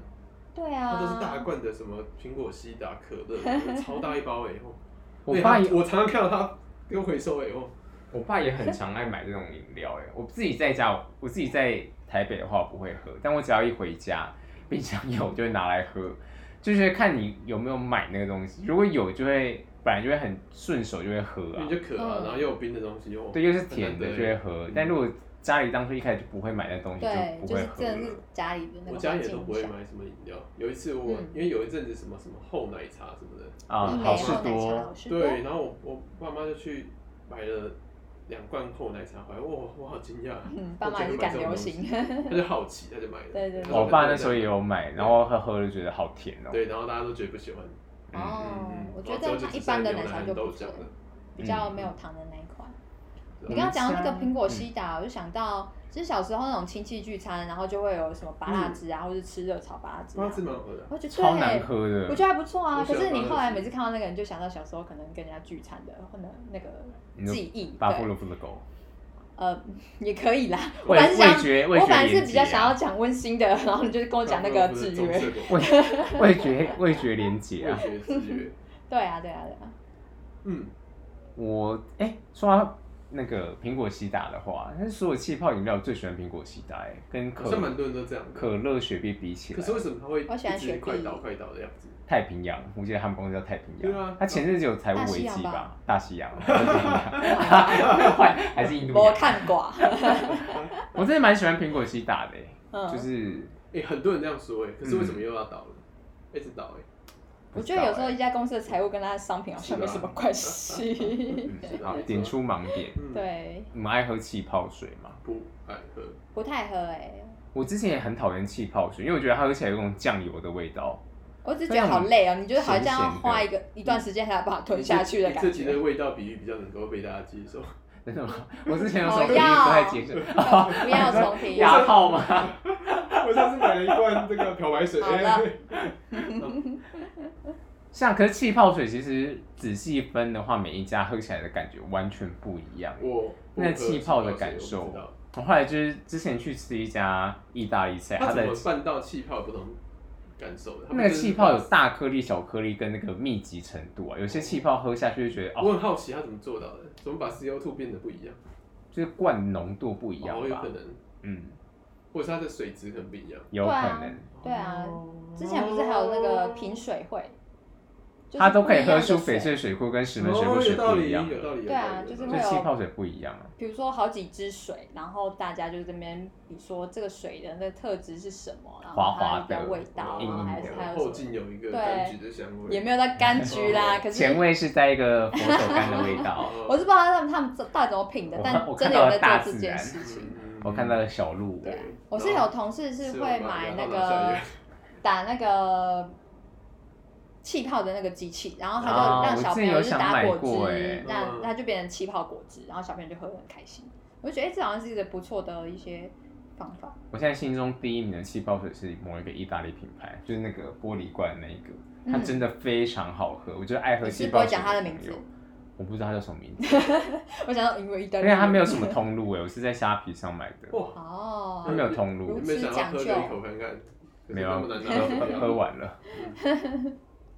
S2: 对
S3: 他
S2: 啊，
S3: 都是大罐的什么苹果西打、可
S2: <laughs>
S3: 乐，超大一包哎、哦，
S1: 我
S3: 对
S1: 爸
S3: 他
S1: 也
S3: 我常常看到他丢回收哎、哦，
S1: 我爸也很常爱买这种饮料哎、我自己在家，我自己在台北的话我不会喝，但我只要一回家，冰箱有我就会拿来喝，就是看你有没有买那个东西，如果有就会本来就会很顺手就会喝
S3: 因
S1: 啊
S3: 为，就渴啊，
S2: 嗯
S3: 然后又有冰的东西哦，
S1: 对，又是甜的
S3: 很难
S1: 就
S3: 得
S1: 会
S3: 欸
S1: 喝，但如果家里当初一开始就不会买那东西，
S2: 对，
S1: 不
S2: 就
S1: 会
S2: 是
S1: 喝
S2: 真的
S1: 了
S2: 是。家里的那
S3: 我
S2: 个
S3: 家
S2: 环
S3: 也
S2: 境
S3: 都
S2: 影
S3: 不会
S2: 响
S3: 买什么饮料，有一次我、
S2: 嗯
S3: 因为有一阵子什么什么厚奶茶什么的，
S1: 啊
S2: 一，
S3: 嗯
S1: 好
S2: 美
S1: 事
S2: 后奶茶
S1: 多
S2: 好，事多，哦
S3: 对，然后我我爸妈就去买了两罐厚奶茶回来，哇，我好惊讶，啊
S2: 嗯，爸妈也是赶流行，
S3: 他就好奇，他就买了，
S2: 对对对
S3: 他说
S1: 我爸那
S3: 很多人
S1: 时候
S3: 在
S1: 也有买，然后喝喝就觉得好甜哦、
S3: 对，然后大家都觉得不喜欢。
S1: 嗯，
S2: 哦
S3: 嗯，
S2: 我
S3: 然
S2: 觉
S3: 后之后
S2: 得
S3: 就
S2: 它
S3: 只
S2: 一般的
S3: 剩
S2: 奶
S3: 牛
S2: 茶
S3: 奶
S2: 就
S3: 和
S2: 不
S3: 豆浆
S2: 错
S3: 了，
S2: 比较没有糖的那一款。
S3: 嗯
S2: 你刚刚讲到那个苹果西打，我就想到，其实小时候那种亲戚聚餐，然后就会有什么
S3: 嗯
S2: 拔辣汁啊，或是吃热炒拔辣汁
S3: 八
S2: 啊
S3: 字，蛮好喝的。
S2: 我觉得
S1: 超难
S2: 对，
S1: 喝的
S2: 我。觉得还不错啊。
S3: 我喜
S2: 可
S3: 欢
S2: 是你
S3: 拔
S2: 后
S3: 辣
S2: 来
S3: 汁
S2: 每次看到那个，你就想到小时候可能跟人家聚餐的，或者
S1: 你
S2: 那个
S1: 说
S2: 记忆，
S1: 巴甫
S2: 对，
S1: 洛夫的狗，
S2: 呃，也可以啦。我
S1: 味
S2: 本来是
S1: 味
S2: 想，
S1: 觉味
S2: 我
S1: 觉
S2: 本来是
S1: 连
S2: 比
S1: 接
S2: 较想要
S1: 啊，
S2: 讲温馨的， <laughs> 然后你就跟我讲那个制约。
S1: <laughs>
S3: 味
S1: 味味觉味觉连接啊。
S3: 觉
S2: <laughs>
S3: 制约。
S2: 对啊，对啊，对啊。
S3: 嗯，
S1: 我哎、说到那个苹果西打的话，但是所有气泡饮料我最喜欢苹果西打、哎，跟
S3: 好像蛮
S1: 可
S3: 多人都这样。
S1: 可乐、雪碧比起
S3: 可
S1: 来
S3: 是，为什么他会
S2: 我喜欢
S3: 一
S2: 雪
S3: 直
S2: 碧
S3: 快倒快倒的样子？
S1: 太平洋，我记得他们公司叫太平洋。
S3: 对啊
S1: 他前阵子有财务
S2: 大
S1: 危
S2: 西洋
S1: 机
S2: 吧
S1: 吧？大西洋，
S3: <laughs>
S1: 太平洋还还是印度
S2: 我
S1: 洋？
S2: 看过，啊
S1: 我真的蛮喜欢苹果西打的、哎
S2: 嗯，
S1: 就是嗯
S3: 哎，很多人这样说哎，可是为什么又要倒了？一直倒哎，
S2: 我觉得有时候一家公司的财务跟它的商品好像没什么关
S3: 啊
S2: 系。
S1: 嗯好，点出盲点。
S2: <laughs>
S3: 嗯，
S2: 对，
S1: 你们爱喝气泡水吗？
S3: 不哎呃爱喝，
S2: 不太喝哎、
S1: 我之前也很讨厌气泡水，因为我觉得它喝起来有种酱油的味道。
S2: 我只是觉得好累哦，你就是好像要
S1: 咸咸的
S2: 花一个一段时间才把它吞下去的
S3: 你
S2: 感
S3: 这集的
S2: 觉。
S3: 味道比喻比较能够被大家接受。 <laughs>
S1: 真的吗？ <laughs> 我之前有时候
S2: 我
S1: 不太
S2: 要
S1: 接受。
S2: 不要重提，
S1: 牙套吗？
S3: <laughs> 我上次买了一罐这个漂白水，
S2: 好了
S3: 哎
S1: <laughs> 是啊，可是气泡水其实仔细分的话，每一家喝起来的感觉完全不一样。
S3: 我不喝
S1: 那气泡的感
S3: 我
S1: 受
S3: 不知道，
S1: 我后来就是之前去吃一家意大利菜，
S3: 他
S1: 它
S3: 怎
S1: 的
S3: 么办到气泡有不同感受的？他们
S1: 那个
S3: 真的是
S1: 气泡有大颗粒、小颗粒跟那个密集程度啊，有些气泡喝下去就觉得
S3: 我
S1: 哦，
S3: 很好奇他怎么做到的，怎么把 CO2 变得不一样？
S1: 就是灌浓度不一样
S3: 哦，有
S1: 吧
S3: 可，能，
S1: 嗯，
S3: 或者是它的水质可能不一样。哦
S1: 有可
S2: 对啊
S1: 能。
S2: 对啊，之前不是还有那个品水会，就是
S1: 它都可以
S2: 不一样
S1: 喝
S2: 的
S1: 出翡
S2: 水
S1: 翠水库跟石门水库
S3: 哦，
S1: 水
S3: 有
S1: 不
S3: 道理，
S1: 一样，
S3: 有道理，
S2: 对啊
S3: 有道理
S2: 就是
S1: 就
S2: 会有
S1: 气泡水不一样啊。
S2: 比如说好几支水，然后大家就这边比说这个水的那个特质是什么，然后
S1: 滑
S2: 它
S1: 滑的
S2: 的味道，
S1: 硬
S2: 然后
S1: 硬
S2: 啊还
S1: 的
S2: 是还
S3: 后
S2: 有什么，
S3: 劲有一个
S2: 对
S3: 柑橘的香味，
S2: 也没有到
S1: <laughs>
S2: 柑橘啦，可
S1: 前
S2: 是
S1: 味是在一个佛手柑的味
S2: <laughs>
S1: 道，
S3: 哦
S2: 我是不知道他们他们到底怎么品的
S1: 我，
S2: 但
S1: 看我
S2: 真
S1: 看
S2: 的有
S1: 到
S2: 在
S1: 了大
S2: 做这
S1: 自
S2: 件
S1: 然，
S2: 事情。
S3: 嗯
S1: 我看到了小鹿，
S2: 对
S3: 对，
S2: 我是有同事是会买那个打那个气泡的那个机器，然后他就
S1: 啊
S2: 让小朋友
S1: 我之
S2: 就是
S1: 前有
S2: 打
S1: 想
S2: 果
S1: 买过
S2: 汁
S1: 欸，
S2: 那
S3: 嗯
S2: 它就变成气泡果汁，然后小朋友就喝得很开心。我就觉得，哎、这好像是一个不错的一些方法。
S1: 我现在心中第一名的气泡水是某一个意大利品牌，就是那个玻璃罐那一个，它
S2: 嗯
S1: 真的非常好喝。我觉得爱喝
S2: 你
S1: 气
S2: 是不会
S1: 泡水
S2: 讲它的
S1: 朋
S2: 名字
S1: 友，我不知道它叫什么名
S2: <laughs>
S1: 字，
S2: 我想到因为意大
S1: 而
S2: 利，
S1: 且它没有什么通路哎、我是在虾皮上买的，
S3: 哇，
S2: 哦
S1: 它，没有通
S2: 如
S1: 路
S2: 此，
S3: 没想要喝这一口看看，可是
S1: 没有
S3: 那
S1: 啊
S3: 么难
S1: 喝喝
S3: <laughs> 拿
S1: 完了。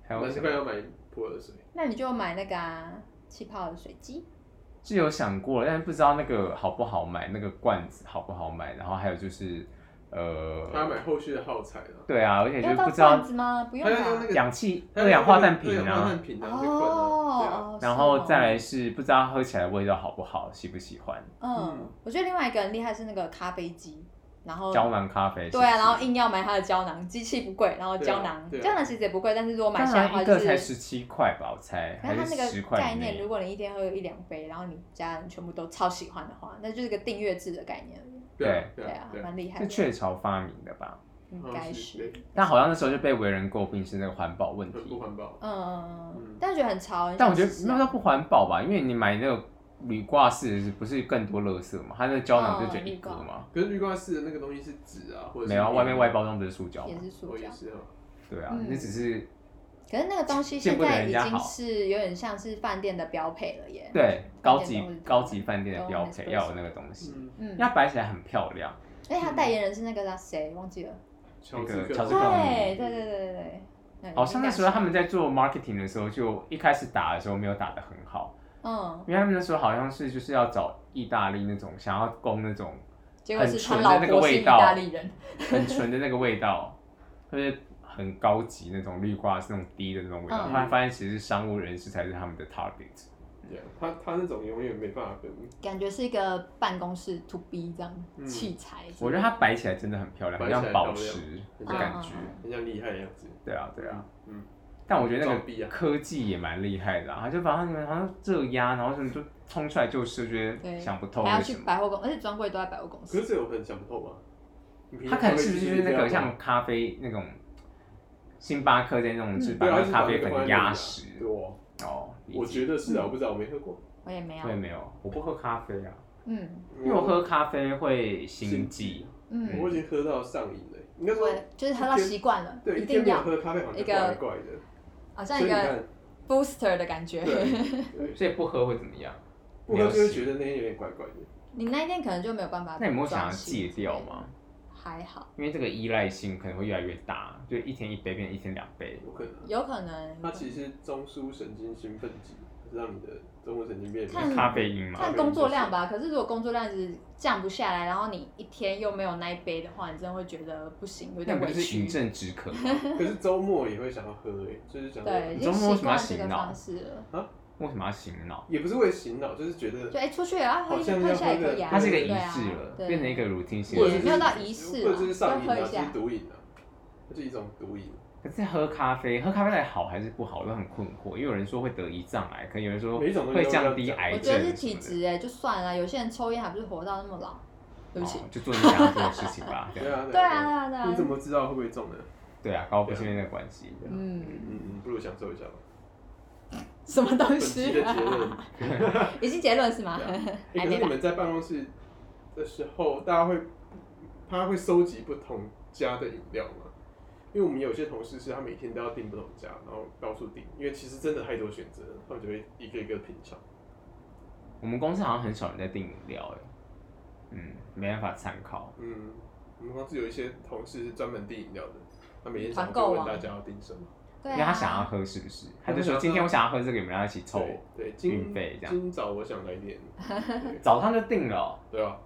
S1: 还
S3: 到，
S1: 有
S3: 难
S1: 什
S3: 怪
S1: 么？
S3: 要买普洱水，
S2: 那你就买那个、啊、气泡的水机，
S1: 是有想过，但是不知道那个好不好买，那个罐子好不好买，然后还有就是
S3: 他要
S1: 呃，
S3: 买后续的耗材了，
S1: 对啊，而且就
S2: 要
S1: 是
S2: 到
S1: 不知
S2: 罐
S1: 道
S2: 子吗？不用
S3: 他要用那
S2: 吧？
S3: 个
S1: 氧气
S3: 他要
S1: 二氧化碳
S3: 二
S1: 瓶
S3: 氧化碳
S1: 啊，
S3: 瓶啊，那罐啊，
S2: 哦，
S1: 然
S2: 是
S1: 后
S2: 哦
S1: 再来是不知道喝起来味道好不好，喜不喜欢。
S2: 嗯
S3: 嗯，
S2: 我觉得另外一个很厉害是那个咖啡机，然后
S1: 胶囊咖啡是不
S2: 对
S1: 是。
S2: 啊，然后硬要买它的胶囊，机器不贵，然后胶囊，
S3: 对啊对啊
S2: 胶囊其实也不贵，但是如果买
S1: 当
S2: 下来的
S1: 然
S2: 话
S1: 一
S2: 就
S1: 个
S2: 是，
S1: 才十七块吧，我猜
S2: 然
S1: 还
S2: 后它
S1: 是
S2: 那
S1: 十
S2: 个概
S1: 块
S2: 念，
S1: 内
S2: 如。果你一天喝一两杯，然后你家人全部都超喜欢的话，那就是个订阅制的概念而已，
S3: 对啊
S2: 对啊，
S3: 对啊，
S2: 蛮厉害
S1: 是
S2: 的，
S1: 雀巢发明的吧？
S2: 应该
S1: 哦
S2: 是，
S1: 但好像那时候就被为人诟病是那个环保问
S3: 很不
S1: 题，
S3: 环保，
S2: 嗯
S3: 嗯，
S2: 但是觉得很潮，很
S1: 但我
S2: 想
S1: 觉得
S2: 试试
S1: 那
S2: 啊
S1: 那不环保吧，因为你买那个铝挂式不是更多垃圾嘛？它那个胶囊就只有一个
S2: 哦
S1: 嘛，
S3: 可是绿瓜丝的那个东西是纸啊，或者是
S1: 没有啊
S3: 棉
S1: 外面外包装啊不是塑胶
S2: 也
S1: 嘛？
S2: 是
S3: 哦
S2: 塑胶
S3: 也。是哦，
S1: 对啊
S2: 嗯，
S1: 那只是
S2: 可是那个东西
S1: 见
S2: 现
S1: 不得
S2: 在
S1: 人
S2: 已
S1: 家
S2: 经
S1: 好
S2: 是有点像是饭店的标配了耶。
S1: 对高级
S2: 都是
S1: 高级饭店的标
S2: 都
S1: 配
S2: 是
S1: 要有那个东西，
S3: 嗯，
S2: 嗯，
S1: 要摆起来很漂亮。
S2: 哎，他代言人是那个啦谁忘记了？
S3: 乔
S1: 那
S3: 治
S1: 个
S3: 克
S1: 乔治克
S2: 对对对对对对对。
S1: 好像那时候他们
S2: 在
S1: 在做 marketing 的时候，就一开始打的时候没有打得很好。
S2: 嗯，
S1: 因为他们那时候好像是就是要找意大利那种想要供那种
S2: 结果是
S1: 很
S2: 他
S1: 纯
S2: 老
S1: 的那个
S2: 婆是
S1: 味
S2: 意
S1: 道
S2: 大利人，
S1: 很纯的那个味道， <laughs> 就是很高级那种绿挂是那种低的那种味道。
S2: 嗯
S1: 后来发现其实商务人士才是他们的 target。
S3: 对啊他他那种永远没办法跟，
S2: 感觉是一个办公室 to B 这样
S3: 嗯
S2: 器材。
S1: 我觉得它摆起来真的很漂亮，
S3: 摆
S1: 很
S3: 起来
S1: 像宝石的
S3: 很
S2: 漂亮
S1: 感
S2: 嗯
S1: 觉。
S2: 嗯
S3: 很像厉害的样子，
S1: 对啊，对啊。
S3: 嗯，
S1: 但我觉得那
S3: 装逼
S1: 个
S3: 啊
S1: 科技也蛮厉害的、啊，它就把它们好像热压，然后什么就冲出来就是，嗯觉
S2: 对
S1: 得想不透
S2: 还要
S1: 为什
S2: 去
S1: 么。
S2: 百货公，而且专柜都在百货公
S3: 可是
S2: 司。
S3: 这我很想不透吧，你平
S1: 它
S3: 常
S1: 可能
S3: 会
S1: 是不是
S3: 去
S1: 就是那
S3: 这
S1: 个
S3: 样吗
S1: 像咖啡那种，星巴克的那种制
S3: 对
S1: 把那
S3: 啊，就
S1: 个
S3: 是把
S1: 咖啡
S3: 那个放在
S1: 粉
S3: 那
S1: 压
S3: 里啊
S1: 实。
S3: 对哦，
S1: 哦，
S3: 我觉得
S2: 嗯
S3: 是啊，我不知道，我没喝过。
S2: 我也没有
S1: 我。也没有，我不喝咖啡啊，
S2: 嗯
S1: 因为我喝咖啡会心悸。，
S2: 嗯，
S3: 我已经喝到上瘾了。应该
S2: 我
S3: 说，
S2: 就是喝到习惯了，
S3: 对，
S2: 一
S3: 一
S2: 定
S3: 天没有
S2: 要，
S3: 喝咖啡好像
S2: 一个
S3: 怪怪的。
S2: 好像
S3: 所以
S2: 一
S3: 你
S2: 个
S3: 看，
S2: booster 的感觉。
S3: 对，对
S1: 所以不喝会怎么样？
S3: 不喝就会觉得那天有点怪怪的。
S2: <laughs> 你那一天可能就没有办法。
S1: 那你们会想要戒掉？吗？
S2: 还好，
S1: 因为这个依赖性可能会越来越大，就一天一杯变成一天两杯。
S3: 有可能，
S2: 有可能。
S3: 它其实是中枢神经兴奋剂，是让你的中枢神经变得
S2: 看
S1: 咖
S2: <laughs>
S1: 啡因嘛，
S2: 看工作量吧，可是如果工作量是降不下来，然后你一天又没有那一杯的话，你真的会觉得不行，有
S1: 那
S2: 点
S1: 不
S2: 委
S1: 是饮
S2: 屈。
S1: 鸩止渴吗？ <laughs>
S3: 可是周末也会想要喝诶，就是想要
S2: 对，已
S1: 你
S2: 经
S1: 周末为
S2: 习
S1: 什么要
S2: 惯这
S1: 洗
S2: 个
S1: 脑
S2: 方式了。
S1: 为什么要醒脑？
S3: 也不是为了醒脑，就是觉得
S2: 就哎、出去也要喝一
S3: 好像
S2: 喝一
S3: 要
S2: 下也
S3: 喝
S2: 可
S3: 个
S2: 以啊。
S1: 它是一个仪
S2: 对啊
S1: 式了，
S2: 对
S1: 变成一个 routine 性
S3: 或者
S1: 的
S3: 是
S2: 没有到仪式啊
S3: 或者是上
S2: 就
S3: 瘾
S2: 喝
S3: 啊，
S2: 一
S3: 就
S2: 下
S3: 是毒瘾啊，就是一种毒瘾。
S1: 可是喝咖啡，喝咖啡到底好还是不好，我都很困惑。因为有人说会得胰脏癌，可能有人说
S3: 每一种东西
S1: 会
S3: 都
S1: 降
S3: 要
S1: 低
S3: 讲
S1: 癌
S2: 我
S1: 症
S2: 觉
S1: 什么的。哦
S2: 得是体质哎，就算了。有些人抽烟还不是活到那么老，对不起
S1: 哦。就做你想要做的事情
S3: <laughs>
S1: 吧。
S3: 对
S1: 对啊，
S3: 啊，
S2: 对啊，对啊，对啊。
S3: 你怎么知道会不会中呢？
S1: 对啊，高不信任的关系。对啊
S2: 嗯，
S3: 嗯嗯，不如享受一
S2: <laughs>
S3: 下吧。
S2: 什么东
S3: 本期
S2: 西
S3: 的
S2: 啊 <laughs>
S3: 结？论，
S2: 已经结论是
S3: <laughs>
S2: 吗？
S3: 欸可是你们在办公室的时候，大家会他会收集不同家的饮料吗？因为我们有些同事是他每天都要订不同家，然后到处订，因为其实真的太多选择了，他们就会一个一个品尝。
S1: 我们公司好像很少人在订饮料，哎，嗯，没办法参考。
S3: 嗯，我们公司有一些同事是专门订饮料的，他每天早
S2: 团
S3: 上
S2: 购
S3: 就问
S2: 网
S3: 大家要订什么。
S2: 对
S1: 因为
S2: 啊，
S1: 他想要喝，是不是？他
S3: 他
S1: 就
S3: 想
S1: 说
S3: 喝
S1: 今天我想要喝这个，你们要一起凑。
S3: 啊对对，
S1: 运
S3: 今
S1: 费这样
S3: 今早我想来
S1: <laughs>
S3: 点，对
S1: 早上就定了哦、
S3: 对啊吧？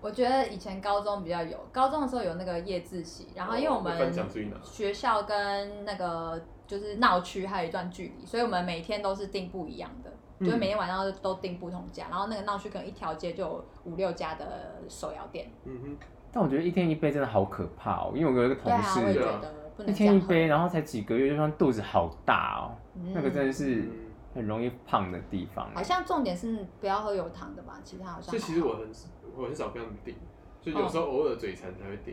S2: 我觉得以前高中比较有，高中的时候有那个夜自习，然后因为我
S3: 哦分
S2: 们
S3: 享出去拿，
S2: 学校跟那个就是闹区还有一段距离，所以我们每天都是订不一样的，
S3: 嗯
S2: 就是每天晚上都订不同家，然后那个闹区可能一条街就有五六家的手摇店。
S3: 嗯
S1: 但我觉得一天一杯真的好可怕哦、因为我有一个
S2: 对
S1: 同
S2: 啊，我也
S1: 事
S2: 觉
S3: 对啊
S2: 得不
S1: 一
S2: 能这
S1: 天
S2: 样
S1: 一
S2: 喝。
S1: 杯，然后才几个月，就算肚子好大哦、
S2: 嗯
S1: 那个真的
S3: 哼，
S1: 是
S3: 嗯
S1: 很容易胖的地方。
S2: 好像重点是不要喝有糖的吧，其他好像
S3: 所以其实
S2: 还好
S3: 我很少我很少跟他们订，就有时候偶尔嘴馋才会订，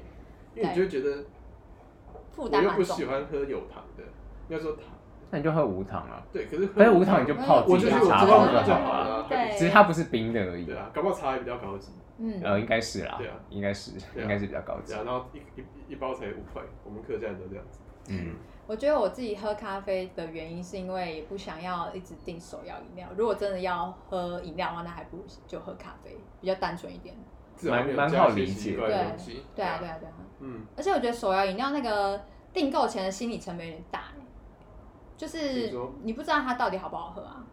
S3: 因为你就会觉得
S2: 负
S3: 我
S2: 担
S3: 又
S2: 蛮
S3: 不
S2: 重
S3: 喜。欢喝有糖的，应该说糖
S1: 那你就喝无糖啊，
S3: 对，可是
S1: 可
S3: 喝
S1: 是无
S2: 嗯
S1: 糖你就泡
S3: 嗯我
S1: 自
S3: 就
S1: 己的
S3: 是我知
S1: 茶
S3: 道
S1: 包
S3: 那
S1: 就
S3: 就
S1: 好
S3: 好
S1: 了。
S3: 了，
S2: 对
S1: 其实它不是冰的而已
S3: 啊对，啊，搞不好茶也比较高级，
S2: 嗯，
S1: 呃，应该是啦
S3: 对啊，
S1: 应该是，
S3: 对啊
S1: 应该是比较高级
S3: 对。啊，然后一一一包才五块，我们客家人都这样子，
S1: 嗯，
S2: 我觉得我自己喝咖啡的原因是因为也不想要一直订手摇饮料。如果真的要喝饮料的话，那还不如就喝咖啡，比较单纯一点。
S3: 至少没有
S1: 蛮
S3: 加
S1: 好
S3: 一些
S1: 理
S3: 奇
S1: 解
S3: 怪的东西，
S2: 对啊，对，啊，对啊。
S3: 嗯，
S2: 而且我觉得手摇饮料那个订购前的心理成本有点大欸，就
S3: 怎么
S2: 是
S3: 说
S2: 你不知道它到底好不好喝啊。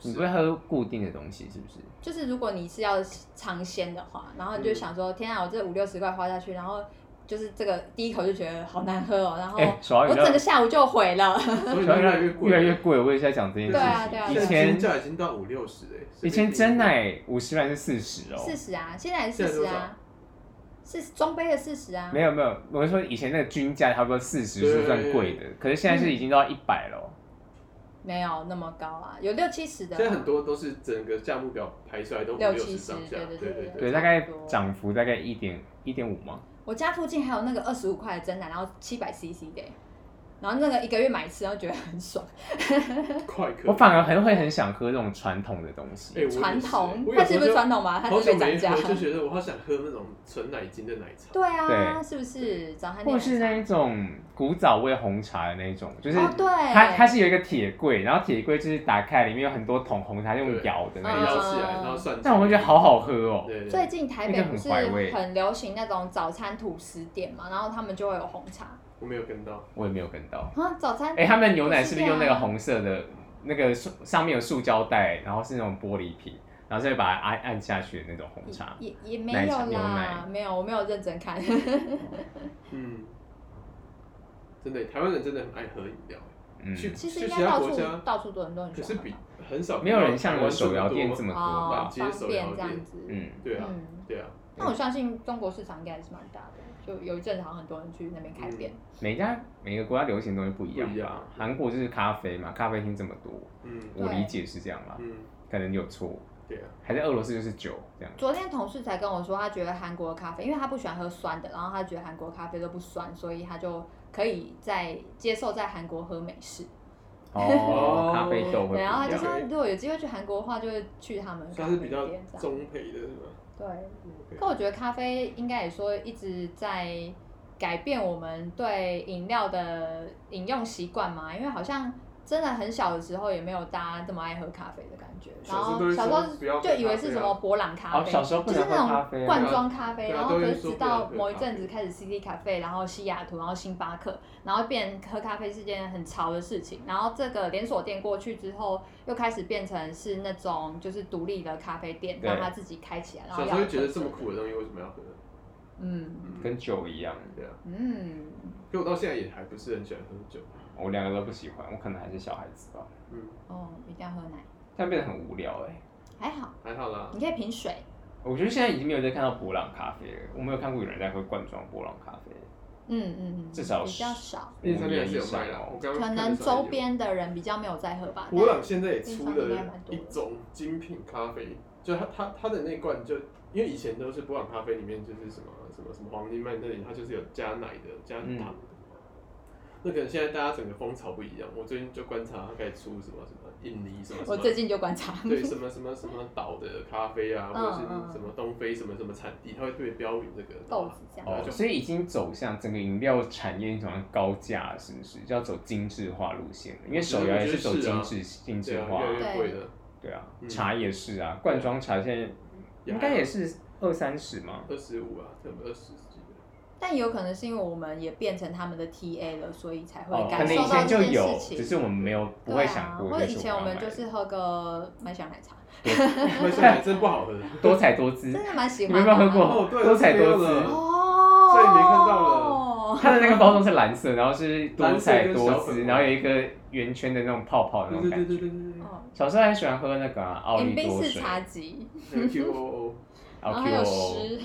S1: 你
S3: 是
S1: 不会喝固定的东西是不是？
S2: 就是如果你是要尝鲜的话，然后你就想说，天啊，我这五六十块花下去，然后就是这个第一口就觉得好难喝哦，然后
S1: 哎手摇
S2: 我
S1: 饮料
S2: 整个下午就毁了。
S3: 所以
S1: 手摇饮
S3: 越
S1: 料
S3: 来越贵，
S1: 越来越贵，我也在讲这件事
S3: 对啊
S2: 对啊
S1: 情。
S2: 对
S1: 以
S2: 啊
S3: 现在均
S1: 前
S3: 价已经到五六十哎，
S1: 以前真奶五十元是四十哦，
S2: <laughs> 四十啊，现在也四
S3: 现在
S2: 十
S3: 多少
S2: 啊，是中杯的四十啊。
S1: 没有没有，我是说以前那个均价差不多四十
S3: 对
S1: 是算贵的，可是现在
S2: 嗯
S1: 是已经到一百了哦。
S2: 没有那么高啊，有六七十的。
S3: 现在很多都是整个价目表排出来都五
S2: 六
S3: 十
S2: 七十
S3: 上下，
S2: 对对
S3: 对
S2: 对对
S1: 对，
S2: 差不多
S1: 大概涨幅大概一点一点五嘛。
S2: 我家附近还有那个二十五块的真奶，然后七百 CC 的欸，然后那个一个月买一次，然后觉得很爽。
S3: 快可
S1: 我反而很会很想喝这种传统的东西。
S3: 哎我也是
S2: 传统
S3: 我，有
S2: 它
S3: 时
S2: 是
S3: 候
S2: 不是
S3: 就
S2: 传统吧？它
S3: 好
S2: 是被
S3: 久没
S2: 涨价 <laughs>
S3: 喝，。就觉得我好想喝那种纯奶精的奶茶。
S2: 对啊，
S1: 对
S2: 是不是早餐
S1: 或
S2: 店？
S1: 是那一种古早味红茶的那一种，就是
S2: 哦，对，
S1: 它它是有一个铁柜，然后铁柜就是打开，里面有很多桶红茶用摇的
S3: 然
S1: 那
S2: 嗯
S3: 后
S1: 一
S3: 摇
S1: 种，
S3: 起来，啊然后算钱。
S1: 但我会觉得好好喝哦。
S3: 对。对
S2: 最
S3: 对，
S2: 近台
S1: 那
S2: 北
S1: 个很
S2: 不是
S1: 怀味
S2: 很流行那种早餐吐司店嘛，然后他们就会有红茶
S3: 我没有跟到。
S1: 我也没有跟到。
S2: 啊，早餐
S1: 哎、他们牛奶是不是用那
S2: 不是
S1: 个
S2: 啊
S1: 红色的，那个塑上面有塑胶袋，然后是那种玻璃瓶，然后再把它按按下去的那种红茶？
S2: 也也没
S1: 奶
S2: 有
S1: 茶牛
S2: 啦
S1: 奶，
S2: 没有，我没有认真看。 <laughs>
S3: 嗯，真的，台湾人真的很爱喝饮料，
S1: 嗯，
S3: 去
S2: 其实
S3: 去
S2: 应
S3: 其
S2: 该
S3: 他
S2: 到
S3: 国
S2: 处
S3: 家，
S2: 到处都很多人
S3: 可
S2: 喜
S3: 是
S2: 欢喝
S3: 比
S2: 吧
S3: 很少
S1: 没有人像我手摇店这么
S3: 么。
S1: 多
S2: 哦
S1: 吧？，
S3: 街手
S2: 方便
S3: 摇
S2: 这
S3: 店
S2: 样子。
S1: 嗯，
S3: 对啊，
S2: 嗯，
S3: 对啊，
S2: 那我相信中国市场应该还是蛮大的，就有一阵子好像很多人去那边开店。
S3: 嗯
S1: 每家每个国家流行的东西不一样
S3: 不一
S1: 吧
S3: 样？
S1: 韩国就是咖啡嘛，咖啡厅这么多，
S3: 嗯
S1: 我
S2: 对
S1: 理解是这样啦，
S3: 嗯，
S1: 可能有错，
S3: 对啊，
S1: 还是俄罗斯就是酒这样。
S2: 昨天同事才跟我说，他觉得韩国咖啡，因为他不喜欢喝酸的，然后他觉得韩国咖啡都不酸，所以他就可以在接受在韩国喝美式。
S1: 哦，咖啡豆会不一
S2: 对，然后他就
S1: 样。
S2: 说，如果有机会去韩国的话，就会去他们咖
S3: 算
S2: 啡
S3: 是比较
S2: 店这样。
S3: 中配的是吧？
S2: 对，
S3: OK
S2: 可我觉得咖啡应该也说一直在改变我们对饮料的饮用习惯嘛，因为好像真的很小的时候也没有大家这么爱喝咖啡的感觉，然后小
S3: 小时
S2: 时
S3: 候
S2: 候
S3: 都会说不要喝咖啡啊
S2: 就以为是什么博朗咖
S1: 哦
S2: 啡，
S1: 小时候不
S2: 就
S1: 能
S2: 是
S1: 喝
S2: 那
S1: 咖
S2: 种
S1: 啡啊
S2: 罐装咖啡，
S3: 对啊
S2: 然后
S3: 都
S2: 可
S3: 会
S2: 是
S3: 说
S2: 直
S3: 不要喝
S2: 到
S3: 咖啡
S2: 某一阵子开始 CD 咖啡，然后西雅图，然后星巴克，然后变喝咖啡是件很潮的事情，然后这个连锁店过去之后，又开始变成是那种就是独立的咖啡店，
S1: 对
S2: 让它自己开起来，然后
S3: 小
S2: 要
S3: 时候
S2: 有
S3: 就觉得
S2: 特
S3: 这么
S2: 色
S3: 苦的东西为什么要喝？
S2: 嗯
S1: 跟酒一样，
S3: 对啊，
S2: 嗯，
S3: 可我到现在也还不是很喜欢喝酒。
S1: 我两个都不喜欢，我可能还是小孩子吧，
S3: 嗯，
S2: 哦，一定要喝奶，
S1: 这样变得很无聊哎、
S2: 还好，
S3: 还好啦。
S2: 你可以品水。
S1: 我觉得现在已经没有在看到博朗咖啡了，我没有看过有人在喝罐装博朗咖啡。
S2: 嗯嗯嗯，
S1: 至少
S2: 比较少，
S3: 便利商店还是有卖
S1: 哦
S3: 啦。我刚刚
S2: 可
S3: 看
S2: 能
S3: 便利商店有
S2: 周边的人比较没有在喝吧。
S3: 博朗现在也
S2: 便利
S3: 出
S2: 商店应该
S3: 了
S2: 蛮多
S3: 一
S2: 的
S3: 种精品咖啡，就它它它的那罐就，因为以前都是博朗咖啡里面就是什么什么什么黄金麦那里，它就是有加奶的加糖的。那可能现在大家整个风潮不一样，我最近就观察它开始出什么什么印尼什么什
S2: 我
S3: 么，
S2: 最近就观察，
S3: 对什么什么什么岛的咖啡啊，
S2: 嗯
S3: 或者是
S2: 嗯
S3: 什么东非什么什么产地，它会特别标明这个
S2: <laughs> 豆子这样。
S1: 哦，所以已经走向整个饮料产业走向高价了，是不是？就要走精致化路线了，因为手摇也是走精致、精
S3: 对
S1: 致
S3: 啊，
S1: 化
S3: 越，来越
S2: 对
S3: 贵了，
S1: 对啊，
S3: 嗯
S1: 茶也是啊，罐装茶现在应该也是二三十嘛，
S3: 二十五啊，差不多二十几的。 <laughs>
S2: 但也有可能是因为我们也变成他们的 TA 了，所以才
S1: 哦
S2: 会，
S1: 可
S2: 感
S1: 能
S2: 受
S1: 以
S2: 到
S1: 前
S2: 这
S1: 就
S2: 件
S1: 有
S2: 事，情。
S1: 只是我们没有不会想过
S2: 对啊，或者
S1: 这
S2: 以
S1: 是
S2: 前我
S1: 要买
S2: 们
S1: 的，
S2: 就是喝个麦香奶茶，
S3: 麦香奶真不好喝。
S1: 多彩多姿
S2: 真。的蛮喜
S1: 你
S2: 欢的。
S1: 们有没有喝
S3: 哦
S1: 过？
S3: 对
S1: 多彩多
S3: 这个有
S1: <laughs> 姿
S3: 了。
S2: 哦，
S3: 所以没看到
S2: 了。
S1: 它的那个包装是蓝色，然后
S2: <laughs>
S1: 是多彩多
S3: 蓝色跟小
S1: 姿，
S3: 粉
S1: 然后有一个圆圈的那种泡泡的那种
S3: 对对
S1: 感
S3: 对对
S1: 觉。
S3: 对对
S2: 哦，
S1: 小时候很喜欢喝那个啊奥利
S2: 饮
S1: 多
S2: 冰式
S1: 水，
S2: 茶几，
S3: 对，那个 QOO，
S2: 然
S1: 然
S2: 后还
S1: 后
S2: 有
S1: QO。
S2: 诗，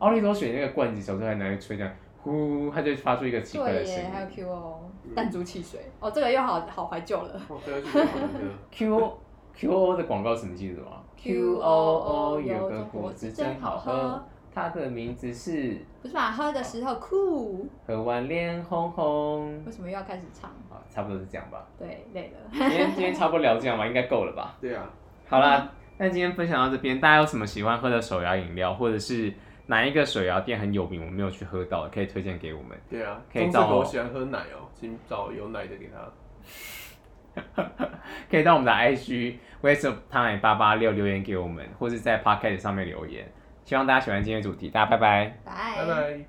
S1: 奥利多水那个罐子，小时候还拿来吹，这样呼，它就发出一个奇怪
S2: 对
S1: 的声
S2: 耶，还有
S1: 音。
S2: QO
S3: 嗯
S2: 弹珠汽水，哦，这个又好好怀旧了。
S3: <laughs> 哦，大家去买好喝的。
S1: Q O Q O 的广告词你记得吗
S2: QOO
S1: 有个果汁真好喝，它的名字是
S2: 不是吧？喝的时候酷，
S1: 喝完脸红红
S2: 为。什么又要开始唱？
S1: 啊，差不多是这样吧。
S2: 对，累了。
S1: 今天今天差不多聊这样吧，应该够了
S3: <laughs>
S1: 吧？
S3: 对啊，
S1: 好啦，那今天分享到这边，大家有什么喜欢喝的手摇饮料，或者是哪一个手摇店很有名，我没有去喝到的，可以推荐给我们。
S3: 对啊。
S1: 可以
S3: 棕
S1: 到
S3: 色狗喜欢喝奶哦，请找有奶的给他。
S1: 可以到我们的 IG waste of time 八八六留言给我们，或是在 Podcast <laughs> 上面留言。希望大家喜欢今天的主题，大家拜拜。
S2: 拜
S3: 拜拜。